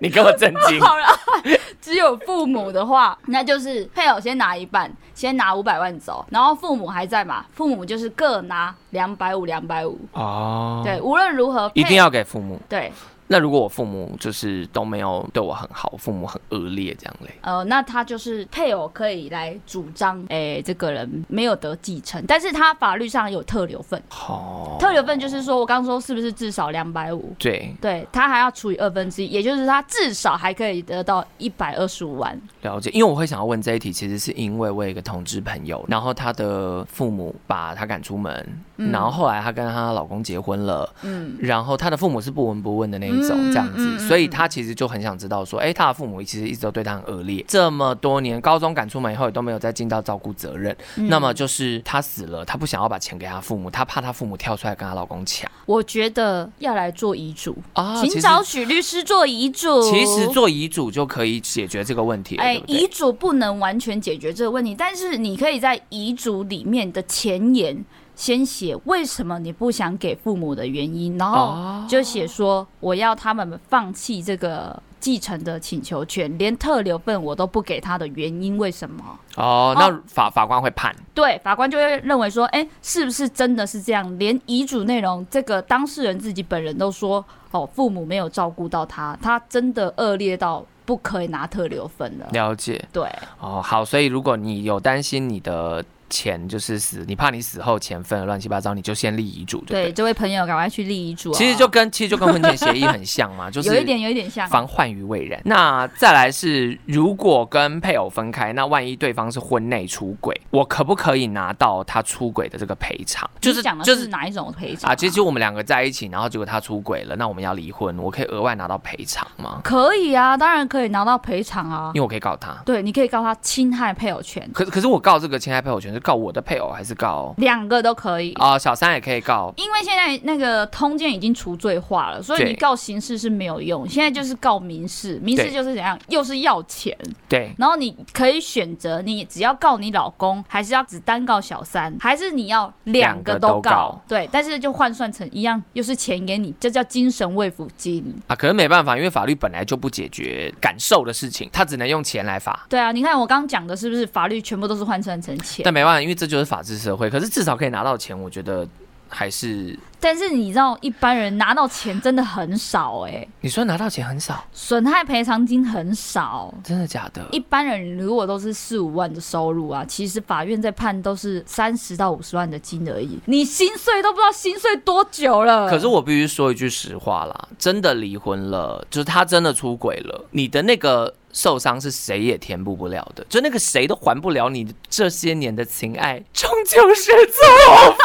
Speaker 1: 你给我震惊。
Speaker 2: 好啦， [laughs] 只有父母的话，那就是配偶先拿一半，先拿五百万走，然后父母还在嘛，父母就是各拿两百五、两百五。
Speaker 1: 哦，
Speaker 2: 对，，无论如何，
Speaker 1: 一定
Speaker 2: 配
Speaker 1: 要给父母。
Speaker 2: 对。
Speaker 1: 那如果我父母就是都没有对我很好，我父母很恶劣这样嘞，
Speaker 2: 呃，那他就是配偶可以来主张，诶、这个人没有得继承，但是他法律上有特留份，
Speaker 1: 哦好、
Speaker 2: 特留份就是说我刚说是不是至少两百五？
Speaker 1: 对，
Speaker 2: 对他还要除以二分之一，也就是他至少还可以得到一百二十五万。
Speaker 1: 了解。因为我会想要问这一题，其实是因为我有一个同志朋友，然后她的父母把她赶出门，然后后来她跟她老公结婚了，
Speaker 2: 嗯，
Speaker 1: 然后她的父母是不闻不问的那一种
Speaker 2: 嗯
Speaker 1: 这样
Speaker 2: 嗯
Speaker 1: 子，
Speaker 2: 嗯
Speaker 1: 所以她其实就很想知道说，哎，她的父母其实一直都对她很恶劣，这么多年，高中赶出门以后也都没有再尽到照顾责任，
Speaker 2: 嗯
Speaker 1: 那么就是她死了，她不想要把钱给她父母，她怕她父母跳出来跟她老公抢。
Speaker 2: 我觉得要来做遗嘱，
Speaker 1: 啊，其
Speaker 2: 请
Speaker 1: 实
Speaker 2: 找许律师做遗嘱。
Speaker 1: 其实做遗嘱就可以解决这个问题了，
Speaker 2: 哎
Speaker 1: 对，不
Speaker 2: 遗
Speaker 1: 对？
Speaker 2: 嘱不能完全解决这个问题，但是你可以在遗嘱里面的前言先写为什么你不想给父母的原因，然后
Speaker 1: 哦
Speaker 2: 就写说我要他们放弃这个继承的请求权，连特留份我都不给他的原因为什么？
Speaker 1: 哦，那法法官会判
Speaker 2: 对，法官就会认为说，哎、是不是真的是这样？连遗嘱内容，这个当事人自己本人都说，哦，父母没有照顾到他，他真的恶劣到不可以拿特留分了。
Speaker 1: 了解
Speaker 2: 对，
Speaker 1: 哦。好，所以如果你有担心你的钱就是死，你怕你死后钱分了乱七八糟，你就先立遗嘱就对
Speaker 2: 对，
Speaker 1: 了。
Speaker 2: 这位朋友赶快去立遗嘱、哦。
Speaker 1: 其实就跟其实就跟婚前协议很像
Speaker 2: [laughs]
Speaker 1: 嘛，就是
Speaker 2: 有一点有一点像，
Speaker 1: 防患于未然。那再来是，如果跟配偶分开，那万一对方是婚内出轨，我可不可以拿到他出轨的这个赔偿？就
Speaker 2: 你
Speaker 1: 是
Speaker 2: 讲的
Speaker 1: 就是
Speaker 2: 哪一种赔偿
Speaker 1: 啊，其实就我们两个在一起，然后结果他出轨了，那我们要离婚，我可以额外拿到赔偿吗？
Speaker 2: 可以啊，当然可以拿到赔偿啊
Speaker 1: 因。为我可以告他，
Speaker 2: 对，你可以告他侵害配偶权，
Speaker 1: 可是可是我告这个侵害配偶权是告我的配偶还是告
Speaker 2: 两个都可以。
Speaker 1: 啊、小三也可以告
Speaker 2: 因为现在那个通奸已经除罪化了，所以
Speaker 1: 对
Speaker 2: 你告刑事是没有用，现在就是告民事，民事
Speaker 1: 对
Speaker 2: 就是怎样，又是要钱，
Speaker 1: 对。
Speaker 2: 然后你可以选择，你只要告你老公，还是要只单告小三，还是你要两个都
Speaker 1: 两个都告
Speaker 2: 对，但是就换算成一样，又是钱给你，这叫精神慰抚金。
Speaker 1: 啊，可是没办法，因为法律本来就不解决感受的事情，他只能用钱来罚。
Speaker 2: 对啊，你看我刚刚讲的是不是法律全部都是换算成钱？
Speaker 1: 但没办法，因为这就是法治社会。可是至少可以拿到钱，我觉得还是
Speaker 2: 但是你知道一般人拿到钱真的很少哎、
Speaker 1: 你说拿到钱很少，
Speaker 2: 损害赔偿金很少。
Speaker 1: 真的假的？
Speaker 2: 一般人如果都是四五万的收入啊，其实法院在判都是三十到五十万的金额而已。你心碎都不知道心碎多久了。
Speaker 1: 可是我必须说一句实话啦，真的离婚了，就是他真的出轨了，你的那个受伤是谁也填补不了的，就那个谁都还不了你这些年的情爱，终究是错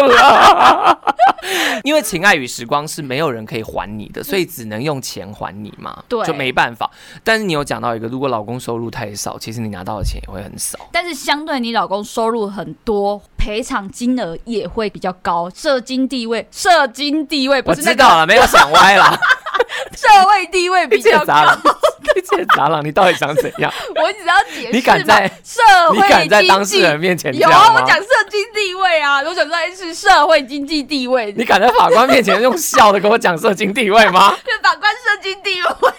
Speaker 1: 付了。 [laughs] 因为情爱与时光是没有人可以还你的，所以只能用钱还你嘛，
Speaker 2: 嗯对
Speaker 1: 就没办法。但是你有讲到一个，如果老公收入太少，其实你拿到的钱也会很少。
Speaker 2: 但是相对你老公收入很多，赔偿金额也会比较高，社经地位，社经地位不
Speaker 1: 我
Speaker 2: 是那
Speaker 1: 知
Speaker 2: 个
Speaker 1: 道了，没有想歪啦，
Speaker 2: 社会地位
Speaker 1: 一
Speaker 2: [laughs] 比
Speaker 1: 介
Speaker 2: 较
Speaker 1: 杂
Speaker 2: 高。
Speaker 1: 郎，一介杂郎，你到底想怎样？
Speaker 2: 我只要解释嘛，
Speaker 1: 你敢在
Speaker 2: 社会
Speaker 1: 你敢在
Speaker 2: 经
Speaker 1: 当
Speaker 2: 济
Speaker 1: 事人面前这
Speaker 2: 有
Speaker 1: 样
Speaker 2: 啊？我
Speaker 1: 吗
Speaker 2: 讲社经地位啊，我想说哎是社会经济地位，
Speaker 1: 你敢在法官面前用笑的跟我讲社经地位吗？ [laughs]
Speaker 2: 是法官社经地位。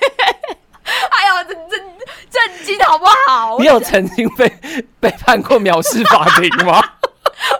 Speaker 2: 哎呦，这这震惊好不好
Speaker 1: 你？有曾经被被判过藐视法庭吗？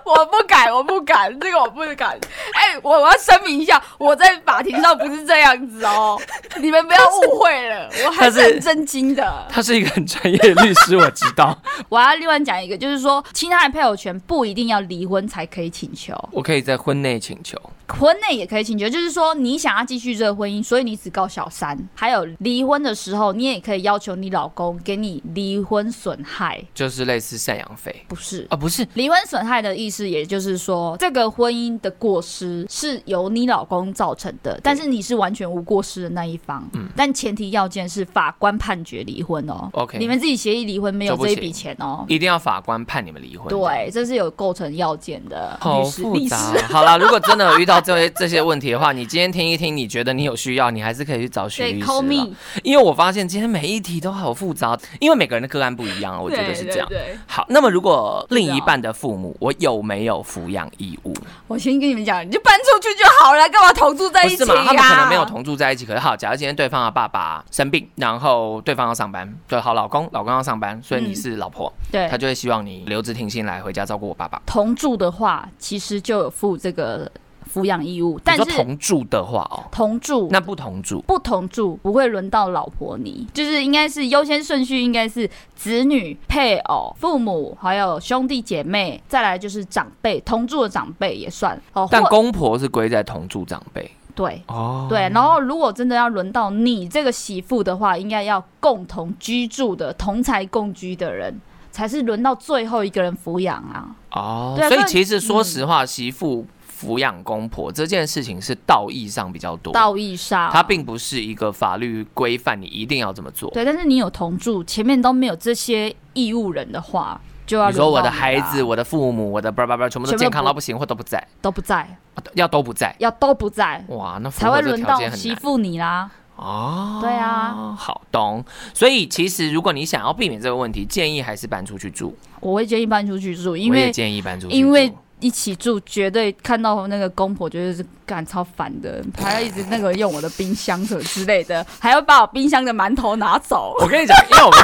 Speaker 2: 我不敢，我不敢，这个我不敢。哎、我我要声明一下，我在法庭上不是这样子哦，你们不要误会 [laughs] 了，我
Speaker 1: 他
Speaker 2: 还是
Speaker 1: 是
Speaker 2: 很震惊的。
Speaker 1: [laughs] 他是一个很专业的律师，我知道，
Speaker 2: 我要另外讲一个，就是说，侵害配偶权不一定要离婚才可以请求，
Speaker 1: [laughs] 我可以在婚内请求。
Speaker 2: 婚内也可以请求，就是说你想要继续这个婚姻，所以你只告小三。还有离婚的时候，你也可以要求你老公给你离婚损害，
Speaker 1: 就是类似赡养费
Speaker 2: 不是
Speaker 1: 啊、。不是
Speaker 2: 离婚损害的意思，也就是说，这个婚姻的过失是由你老公造成的，但是你是完全无过失的那一方。
Speaker 1: 嗯
Speaker 2: 但前提要件是法官判决离婚哦。
Speaker 1: OK
Speaker 2: 你们自己协议离婚没有
Speaker 1: 就不
Speaker 2: 这一
Speaker 1: 行
Speaker 2: 笔钱哦。
Speaker 1: 一定要法官判你们离婚。，
Speaker 2: 对，这是有构成要件的。
Speaker 1: 好
Speaker 2: 律师
Speaker 1: 复
Speaker 2: 律师
Speaker 1: 杂。啊好啦，如果真的有遇到这些这些问题的话，你今天听一听，你觉得你有需要，你还是可以去找许
Speaker 2: 对
Speaker 1: 律师
Speaker 2: ，call
Speaker 1: 啦
Speaker 2: me。。
Speaker 1: 因为我发现今天每一题都好复杂，因为每个人的个案不一样啊，我觉得是这样。
Speaker 2: 对对对
Speaker 1: 好，那么如果另一
Speaker 2: 啊
Speaker 1: 半的父母，我有没有抚养义务？
Speaker 2: 我先跟你们讲，你就搬出去就好了，干嘛同住在
Speaker 1: 不
Speaker 2: 一起啊
Speaker 1: 是嘛？他
Speaker 2: 哎呀、
Speaker 1: 们可能没有同住在一起，可是好，假如今天对方的爸爸生病，然后对方要上班，对，好，老公，老公要上班，所以你是老婆，
Speaker 2: 嗯对
Speaker 1: 他就会希望你留职停薪来回家照顾我爸爸。
Speaker 2: 同住的话，其实就有负这个抚养义务，
Speaker 1: 你
Speaker 2: 但
Speaker 1: 说
Speaker 2: 是
Speaker 1: 同住的话哦，
Speaker 2: 同住
Speaker 1: 那不同住
Speaker 2: 不同住不会轮到老婆你，就是应该是优先顺序应该是子女、配偶、父母，还有兄弟姐妹，再来就是长辈，同住的长辈也算哦。
Speaker 1: 但
Speaker 2: 或
Speaker 1: 公婆是归在同住长辈
Speaker 2: 对。
Speaker 1: 哦。
Speaker 2: 对，然后如果真的要轮到你这个媳妇的话，应该要共同居住的同财共居的人，才是轮到最后一个人抚养啊。
Speaker 1: 哦，
Speaker 2: 对啊
Speaker 1: 所以
Speaker 2: 不然
Speaker 1: 其实说实话，媳妇抚养公婆这件事情是道义上比较多，
Speaker 2: 道义上，
Speaker 1: 它哦并不是一个法律规范，你一定要这么做。
Speaker 2: 对，但是你有同住，前面都没有这些义务人的话，就要
Speaker 1: 你说我
Speaker 2: 轮到
Speaker 1: 的
Speaker 2: 你
Speaker 1: 孩
Speaker 2: 啦
Speaker 1: 子、我的父母、我的叭叭叭，全部都
Speaker 2: 全部
Speaker 1: 健康
Speaker 2: 不
Speaker 1: 到不行，或都不在，
Speaker 2: 都不在，
Speaker 1: 啊要都不在。
Speaker 2: 要都不在，
Speaker 1: 哇，那符
Speaker 2: 才
Speaker 1: 合
Speaker 2: 会
Speaker 1: 这
Speaker 2: 轮
Speaker 1: 条
Speaker 2: 到
Speaker 1: 件很
Speaker 2: 媳
Speaker 1: 难
Speaker 2: 妇你啦。
Speaker 1: 哦。
Speaker 2: 对啊，
Speaker 1: 好懂。所以其实如果你想要避免这个问题，建议还是搬出去住。
Speaker 2: 我会建议搬出去住，因
Speaker 1: 我也
Speaker 2: 为
Speaker 1: 建议搬出去住，
Speaker 2: 因为一起住绝对看到那个公婆，绝对是干超烦的，还要一直那个用我的冰箱什么之类的，还要把我冰箱的馒头拿
Speaker 1: [laughs]
Speaker 2: 走。
Speaker 1: 我跟你讲，因为我
Speaker 2: [laughs]
Speaker 1: 们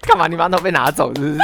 Speaker 1: 干嘛？你馒头被拿走是不是？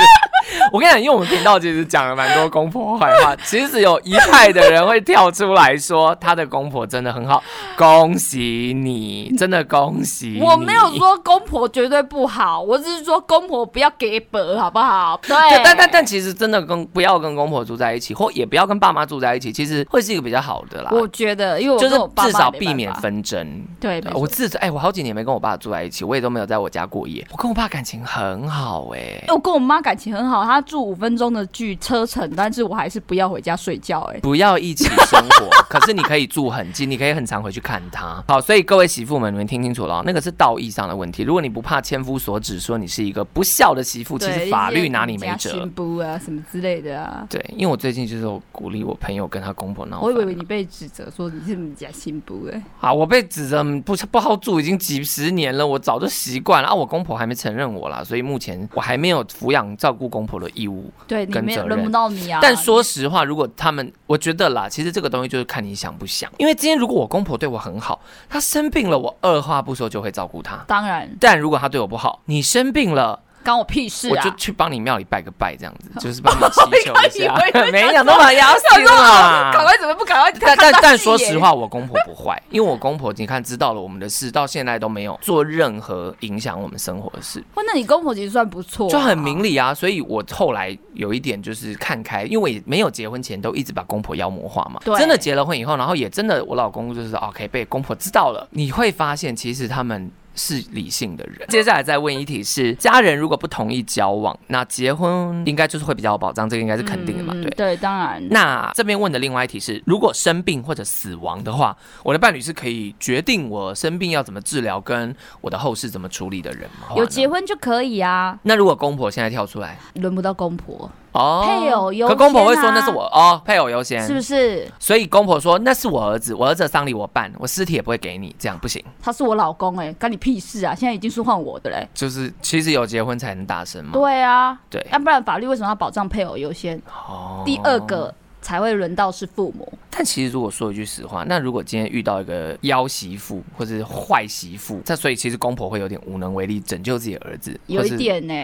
Speaker 1: 我跟你讲，因为我们频道其实讲了蛮多公婆坏话，其实有一派的人会跳出来说他的公婆真的很好，恭喜你，真的恭喜你。
Speaker 2: 我没有说公婆绝对不好，我只是说公婆不要给本，好不好？对
Speaker 1: 对，，但但但其实真的跟不要跟公婆住在一起，或也不要跟爸妈住在一起，其实会是一个比较好的啦。
Speaker 2: 我觉得，因为我
Speaker 1: 就是
Speaker 2: 跟我爸
Speaker 1: 至
Speaker 2: 妈
Speaker 1: 少
Speaker 2: 没
Speaker 1: 避
Speaker 2: 办
Speaker 1: 免
Speaker 2: 法。
Speaker 1: 纷争。
Speaker 2: 对，没
Speaker 1: 我
Speaker 2: 错。
Speaker 1: 自哎、我好几年没跟我爸住在一起，我也都没有在我家过夜。我跟我爸感情很好哎、
Speaker 2: 我跟我妈感情很好，她住五分钟的距车程，但是我还是不要回家睡觉、哎，
Speaker 1: 不要一起生活， [laughs] 可是你可以住很近，你可以很常回去看他。好，所以各位媳妇们，你们听清楚了哦，那个是道义上的问题。如果你不怕千夫所指，说你是一个不孝的媳妇，其
Speaker 2: 对，
Speaker 1: 实法
Speaker 2: 一些
Speaker 1: 律拿你
Speaker 2: 什么
Speaker 1: 没
Speaker 2: 加
Speaker 1: 辙
Speaker 2: 薪。不啊，什么之类的啊。
Speaker 1: 对，因为我最近就是有鼓励我朋友跟他公婆闹
Speaker 2: 我以
Speaker 1: 翻
Speaker 2: 为你被指责说你是你家新不哎，
Speaker 1: 啊，我被指责不不好住已经几十年了，我早就习惯了啊。我公婆还没承认我啦，所以目前我还没有抚养照顾公婆的义务。
Speaker 2: 对你
Speaker 1: 跟
Speaker 2: 没
Speaker 1: 责
Speaker 2: 有
Speaker 1: 任
Speaker 2: 轮不到你啊。
Speaker 1: 但说实话，如果他们，我觉得啦，其实这个东西就是看你想不想。因为今天如果我公婆对我很好，她生病了，我二话不说就会照顾她。
Speaker 2: 当然，
Speaker 1: 但如果她对我不好，你生病了，
Speaker 2: 关我屁事
Speaker 1: 我就
Speaker 2: 啊！
Speaker 1: 去帮你庙里拜个拜，这样
Speaker 2: [laughs]
Speaker 1: 子就是帮你祈求一
Speaker 2: 我
Speaker 1: [laughs]
Speaker 2: 以为你
Speaker 1: 下。
Speaker 2: 会
Speaker 1: 没想到吧，要死
Speaker 2: 赶
Speaker 1: 啦！
Speaker 2: 快怎么不赶快？
Speaker 1: 但
Speaker 2: 看 [laughs]
Speaker 1: 但
Speaker 2: 到
Speaker 1: 但
Speaker 2: 戏
Speaker 1: 说
Speaker 2: 耶
Speaker 1: 实，话，我公婆不坏，因为我公婆你看知道了我们的事，到现在都没有做任何影响我们生活的事。
Speaker 2: 哇，那你公婆其实算不错啊，
Speaker 1: 就很明理啊，所以我后来有一点就是看开，因为我也没有结婚前都一直把公婆妖魔化嘛。
Speaker 2: 对
Speaker 1: 真的结了婚以后，然后也真的我老公就是 OK 被公婆知道了，你会发现其实他们是理性的人。接下来再问一题是，家人如果不同意交往，那结婚应该就是会比较有保障，这个应该是肯定的嘛？
Speaker 2: 嗯
Speaker 1: 对。
Speaker 2: 对，当然。
Speaker 1: 那这边问的另外一题是，如果生病或者死亡的话，我的伴侣是可以决定我生病要怎么治疗，跟我的后事怎么处理的人吗？哦
Speaker 2: 有结。婚就可以啊，
Speaker 1: 那如果公婆现在跳出来，
Speaker 2: 轮不到公婆，
Speaker 1: 哦，
Speaker 2: 配偶优先啊
Speaker 1: 可公婆会说那是我哦，配偶优先，
Speaker 2: 是不是？
Speaker 1: 所以公婆说那是我儿子，我儿子的丧礼我办，我尸体也不会给你，这样不行。
Speaker 2: 他是我老公哎、干你屁事啊！现在已经是换我的嘞。
Speaker 1: 就是其实有结婚才能大声嘛。
Speaker 2: 对啊，
Speaker 1: 嗯对
Speaker 2: 要不然法律为什么要保障配偶优先？
Speaker 1: 哦
Speaker 2: 第二个才会轮到是父母。
Speaker 1: 但其实如果说一句实话，那如果今天遇到一个妖媳妇或者是坏媳妇，那所以其实公婆会有点无能为力拯救自己的儿子，
Speaker 2: 有
Speaker 1: 或
Speaker 2: 一
Speaker 1: 是
Speaker 2: 点呢、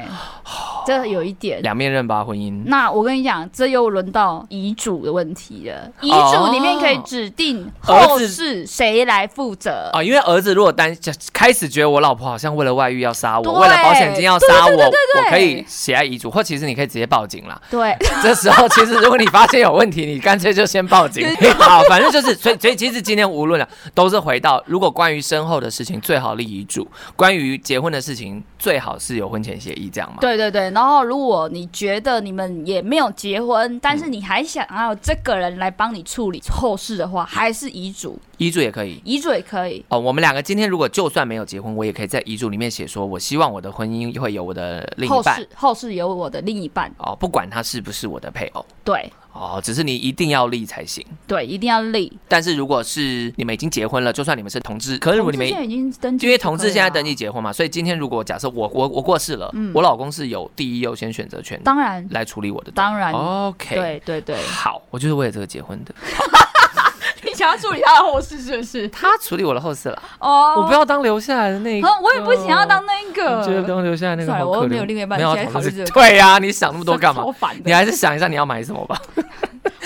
Speaker 2: 这有一点。
Speaker 1: 两面刃吧婚姻。
Speaker 2: 那我跟你讲，这又轮到遗嘱的问题了。遗
Speaker 1: 哦
Speaker 2: 嘱里面可以指定
Speaker 1: 儿
Speaker 2: 后
Speaker 1: 子
Speaker 2: 事谁来负责。
Speaker 1: 啊，因为儿子如果担开始觉得我老婆好像为了外遇要杀我，
Speaker 2: 对
Speaker 1: 为了保险金要杀我，
Speaker 2: 对对对对对
Speaker 1: 我可以写在遗嘱，或其实你可以直接报警啦。 [laughs]
Speaker 2: 对，
Speaker 1: 这时候其实如果你发现有问题，你干脆就先报警。 [laughs] 好，反正就是，所以所以其实今天无论了，都是回到如果关于身后的事情最好立遗嘱，关于结婚的事情最好是有婚前协议这样嘛。
Speaker 2: 对对对。然后，如果你觉得你们也没有结婚，但是你还想要这个人来帮你处理后事的话，还是遗嘱，
Speaker 1: 遗嘱也可以。
Speaker 2: 遗嘱也可以。
Speaker 1: 哦，我们两个今天如果就算没有结婚，我也可以在遗嘱里面写说，我希望我的婚姻会有我的另
Speaker 2: 后
Speaker 1: 一半
Speaker 2: 事后事由我的另一半，
Speaker 1: 哦，不管他是不是我的配偶
Speaker 2: 对
Speaker 1: 哦，只是你一定要立才行。
Speaker 2: 对，一定要立。
Speaker 1: 但是如果是你们已经结婚了，就算你们是同志，可是如
Speaker 2: 同
Speaker 1: 果
Speaker 2: 志
Speaker 1: 你
Speaker 2: 现
Speaker 1: 们
Speaker 2: 在已经登记，啊
Speaker 1: 因为同志现在登记，结婚嘛，所以今天如果假设我我我过世了，我老公是有第一优先选择权
Speaker 2: 嗯当然
Speaker 1: 来处理我的。
Speaker 2: 当然，
Speaker 1: OK，
Speaker 2: 对对
Speaker 1: [laughs]
Speaker 2: 对，
Speaker 1: 好，我就是为了这个结婚的。
Speaker 2: 你想要处理他的后事是不是？
Speaker 1: 他处理我的后事了，
Speaker 2: 哦，
Speaker 1: 我不要当留下来的那一个。
Speaker 2: 啊，我也不想要当那
Speaker 1: 我觉得
Speaker 2: 个。
Speaker 1: 当留下来那个
Speaker 2: 呃算了
Speaker 1: 好可怜。
Speaker 2: 我又没有另外一半
Speaker 1: 没有啊
Speaker 2: 现在考虑
Speaker 1: 同志
Speaker 2: 这个
Speaker 1: 对呀，你想那么多干嘛
Speaker 2: 超？烦
Speaker 1: 你
Speaker 2: 的，
Speaker 1: 还是想一下你要买什么
Speaker 2: [laughs]
Speaker 1: 吧。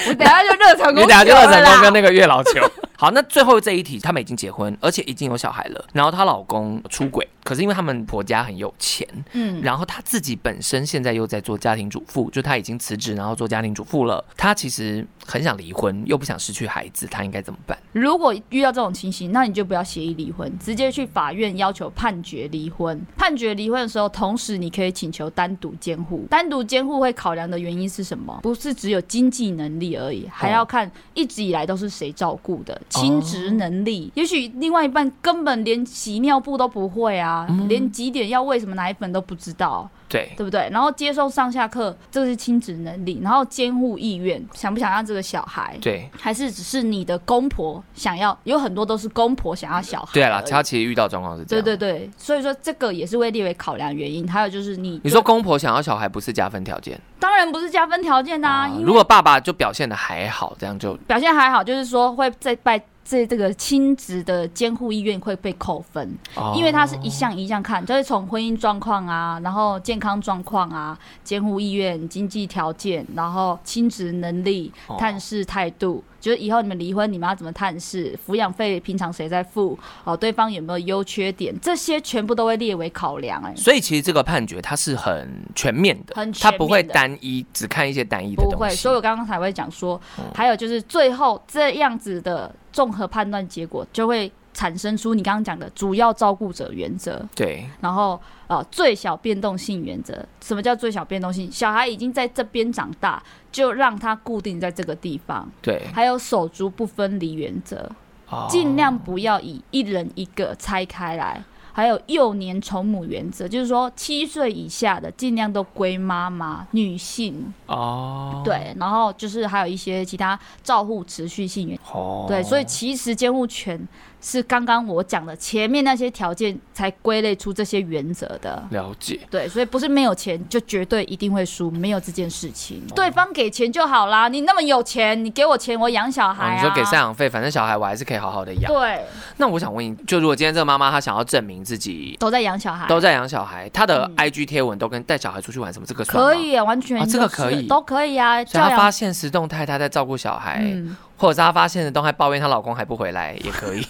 Speaker 2: 我等下就热成
Speaker 1: [laughs] 你等
Speaker 2: 功，
Speaker 1: 下就二成功跟
Speaker 2: 那
Speaker 1: 那个月老求。好，那最后这一题，他们已经结婚，而且已经有小孩了。然后她老公出轨，可是因为他们婆家很有钱，
Speaker 2: 嗯，
Speaker 1: 然后她自己本身现在又在做家庭主妇，就她已经辞职，然后做家庭主妇了。她其实很想离婚，又不想失去孩子，她应该怎么办？
Speaker 2: 如果遇到这种情形，那你就不要协议离婚，直接去法院要求判决离婚。判决离婚的时候，同时你可以请求单独监护。单独监护会考量的原因是什么？不是只有经济能力而已，还要看一直以来都是谁照顾的亲职能力。也许另外一半根本连洗尿布都不会啊，连几点要喂什么奶粉都不知道。
Speaker 1: 对，
Speaker 2: 对不对？然后接受上下课，这是亲职能力，然后监护意愿，想不想要这个小孩？
Speaker 1: 对，
Speaker 2: 还是只是你的公婆想要，有很多都是公婆想要小孩而已。
Speaker 1: 对啦，她其实遇到状况是这
Speaker 2: 对
Speaker 1: 样。
Speaker 2: 对对，所以说这个也是会列为考量原因。还有就是你，
Speaker 1: 你说公婆想要小孩不是加分条件
Speaker 2: 当然不是加分条件呐、啊因为
Speaker 1: 啊如果爸爸就表现的还好，这样就
Speaker 2: 表现还好，就是说会在拜这这个亲职的监护意愿会被扣分，
Speaker 1: 哦
Speaker 2: 因为它是一项一项看，就是从婚姻状况啊，然后健康状况啊，监护意愿、经济条件，然后亲职能力
Speaker 1: 哦、
Speaker 2: 探视态度。就是以后你们离婚，你们要怎么探视？抚养费平常谁在付？哦，对方有没有优缺点？这些全部都会列为考量、哎，
Speaker 1: 所以其实这个判决它是很全面的，
Speaker 2: 很全
Speaker 1: 它
Speaker 2: 面的
Speaker 1: 不会单一只看一些单一的
Speaker 2: 不
Speaker 1: 东西。哦
Speaker 2: 会，所以我刚刚才会讲说，还有就是最后这样子的综合判断结果，就会产生出你刚刚讲的主要照顾者原则，
Speaker 1: 对，
Speaker 2: 然后呃最小变动性原则。什么叫最小变动性？小孩已经在这边长大，就让他固定在这个地方。
Speaker 1: 对，
Speaker 2: 还有手足不分离原则，
Speaker 1: 哦
Speaker 2: 尽量不要以一人一个拆开来。还有幼年宠母原则，就是说七岁以下的尽量都归妈妈，女性
Speaker 1: 哦，
Speaker 2: 对，然后就是还有一些其他照护持续性原
Speaker 1: 哦，
Speaker 2: 对，所以其实监护权是刚刚我讲的前面那些条件才归类出这些原则的。
Speaker 1: 了解。
Speaker 2: 对，所以不是没有钱就绝对一定会输，没有这件事情。
Speaker 1: 哦
Speaker 2: 对方给钱就好啦，你那么有钱，你给我钱，我养小
Speaker 1: 哦，
Speaker 2: 孩、啊
Speaker 1: 你说给赡养费，反正小孩我还是可以好好的养。
Speaker 2: 对，
Speaker 1: 那我想问你，就如果今天这个妈妈她想要证明自己
Speaker 2: 都在养小孩，嗯
Speaker 1: 都在养小孩，她的 IG 贴文都跟带小孩出去玩什么，这个算吗
Speaker 2: 可。以啊，完全
Speaker 1: 啊这个
Speaker 2: 都是
Speaker 1: 可以
Speaker 2: 都可以啊，
Speaker 1: 所以
Speaker 2: 教
Speaker 1: 她
Speaker 2: 养
Speaker 1: 发现实动态，她在照顾小孩，
Speaker 2: 嗯 [laughs]
Speaker 1: 或者是她发现实动态抱怨她老公还不回来，也可以。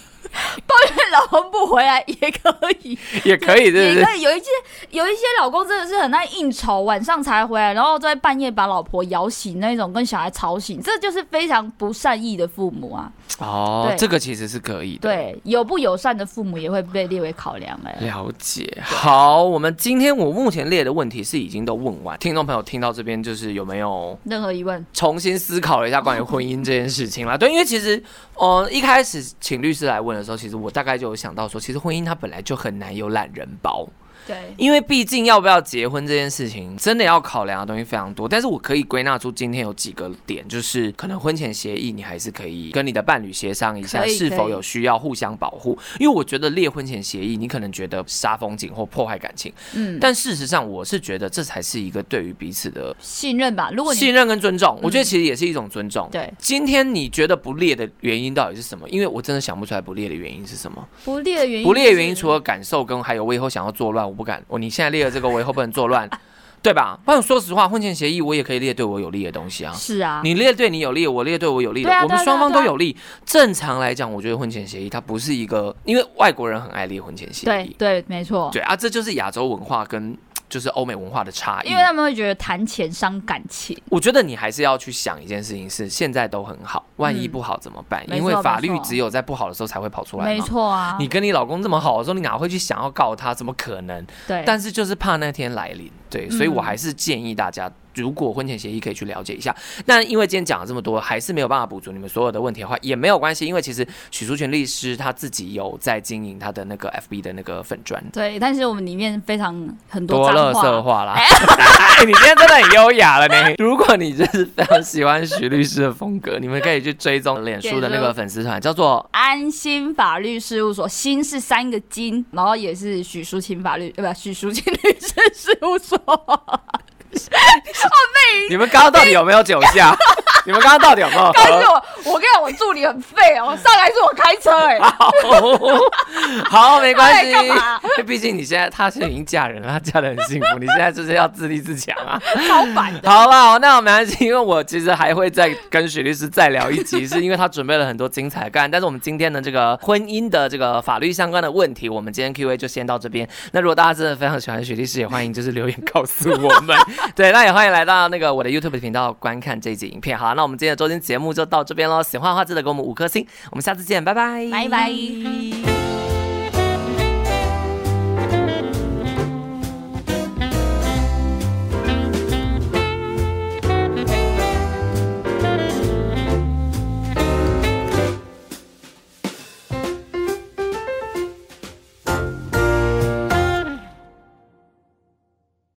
Speaker 2: 老公不回来也可以，
Speaker 1: 也可以， [laughs] 对不对？
Speaker 2: 也可以。有一些有一些老公真的是很爱应酬，晚上才回来，然后在半夜把老婆摇醒那种，跟小孩吵醒，这就是非常不善意的父母啊。
Speaker 1: 哦，
Speaker 2: 对
Speaker 1: 这个其实是可以的。
Speaker 2: 对，友不友善的父母也会被列为考量哎、
Speaker 1: 了解，好，我们今天我目前列的问题是已经都问完，听众朋友听到这边就是有没有
Speaker 2: 任何疑问，
Speaker 1: 重新思考了一下关于婚姻这件事
Speaker 2: [laughs]
Speaker 1: 情啦？对，因为其实，呃，一开始请律师来问的时候，其实我大概就有想到说，其实婚姻它本来就很难有懒人包，
Speaker 2: 对，
Speaker 1: 因为毕竟要不要结婚这件事情，真的要考量的东西非常多。但是我可以归纳出今天有几个点，就是可能婚前协议你还是可以跟你的伴侣协商一下，
Speaker 2: 可以
Speaker 1: 是否
Speaker 2: 可以
Speaker 1: 有需要互相保护。因为我觉得列婚前协议，你可能觉得杀风景或破坏感情，
Speaker 2: 嗯，
Speaker 1: 但事实上我是觉得这才是一个对于彼此的
Speaker 2: 信任吧。如果你
Speaker 1: 信任跟尊重，嗯我觉得其实也是一种尊重。
Speaker 2: 对
Speaker 1: 今天你觉得不列的原因到底是什么？因为我真的想不出来不列的原因是什么。
Speaker 2: 不列的原因，
Speaker 1: 不列的原因除了感受跟还有我以后想要作乱，我不敢。我你现在列了这个，我以后不能作乱， [laughs] 对吧？不然说实话，婚前协议我也可以列对我有利的东西啊。
Speaker 2: 是啊，
Speaker 1: 你列对你有利，我列对我有利的，
Speaker 2: 对啊
Speaker 1: 我们
Speaker 2: 对啊
Speaker 1: 双方
Speaker 2: 对
Speaker 1: 都
Speaker 2: 啊
Speaker 1: 有利。正常来讲，我觉得婚前协议它不是一个，因为外国人很爱列婚前协
Speaker 2: 对
Speaker 1: 议，
Speaker 2: 对，没错。
Speaker 1: 对啊，这就是亚洲文化跟就是欧美文化的差异。
Speaker 2: 因为他们会觉得谈钱伤感情，
Speaker 1: 我觉得你还是要去想一件事情是，现在都很好，万一不好怎么办？
Speaker 2: 嗯没错
Speaker 1: 因为法
Speaker 2: 没
Speaker 1: 律
Speaker 2: 错
Speaker 1: 只有在不好的时候才会跑出来
Speaker 2: 没
Speaker 1: 嘛。
Speaker 2: 错啊。
Speaker 1: 你跟你老公这么好的时候，你哪会去想要告他？怎么可能？
Speaker 2: 对，
Speaker 1: 但是就是怕那天来临，对，
Speaker 2: 嗯
Speaker 1: 所以我还是建议大家，如果婚前协议可以去了解一下。那因为今天讲了这么多，还是没有办法补足你们所有的问题的话，也没有关系，因为其实许淑全律师他自己有在经营他的那个 FB 的那个粉砖，
Speaker 2: 对，但是我们里面非常很
Speaker 1: 多
Speaker 2: 脏
Speaker 1: 乐
Speaker 2: 话，
Speaker 1: 色话啦！ [laughs] 哎，你今天真的很优雅了呢。如果你真是非常喜欢徐律师的风格，你们可以去追踪脸书的那个粉丝团，叫做
Speaker 2: 安心法律事务所，心是三个金，然后也是许淑琴法律，呃，不，许淑琴律师事务所。
Speaker 1: 你们刚刚到底有没有酒驾？你们刚刚到底有没有
Speaker 2: 但是
Speaker 1: 喝？
Speaker 2: 我，我跟你讲，我助理很废哦，上来是我开车
Speaker 1: [laughs]
Speaker 2: 哎、
Speaker 1: 好， [laughs] 好，没关系
Speaker 2: 哎干嘛，
Speaker 1: 因为毕竟你现在她现在已经嫁人了，她嫁得很幸福，你现在就是要自立自强啊。
Speaker 2: 超烦的。
Speaker 1: 好不好？那我们还是因为我其实还会再跟许律师再聊一
Speaker 2: [laughs]
Speaker 1: 集，是因为他准备了很多精彩干。但是我们今天的这个婚姻的这个法律相关的问题，我们今天 Q&A 就先到这边。那如果大家真的非常喜欢许律师，也欢迎就是留言告诉我
Speaker 2: [laughs]
Speaker 1: 们。对，那也欢迎来到那个我的 YouTube 频道观看这一集影片。好，那我们今天的周间节目就到这边喽。喜欢的话记得给我们五颗星。我们下次见，拜拜，
Speaker 2: 拜拜。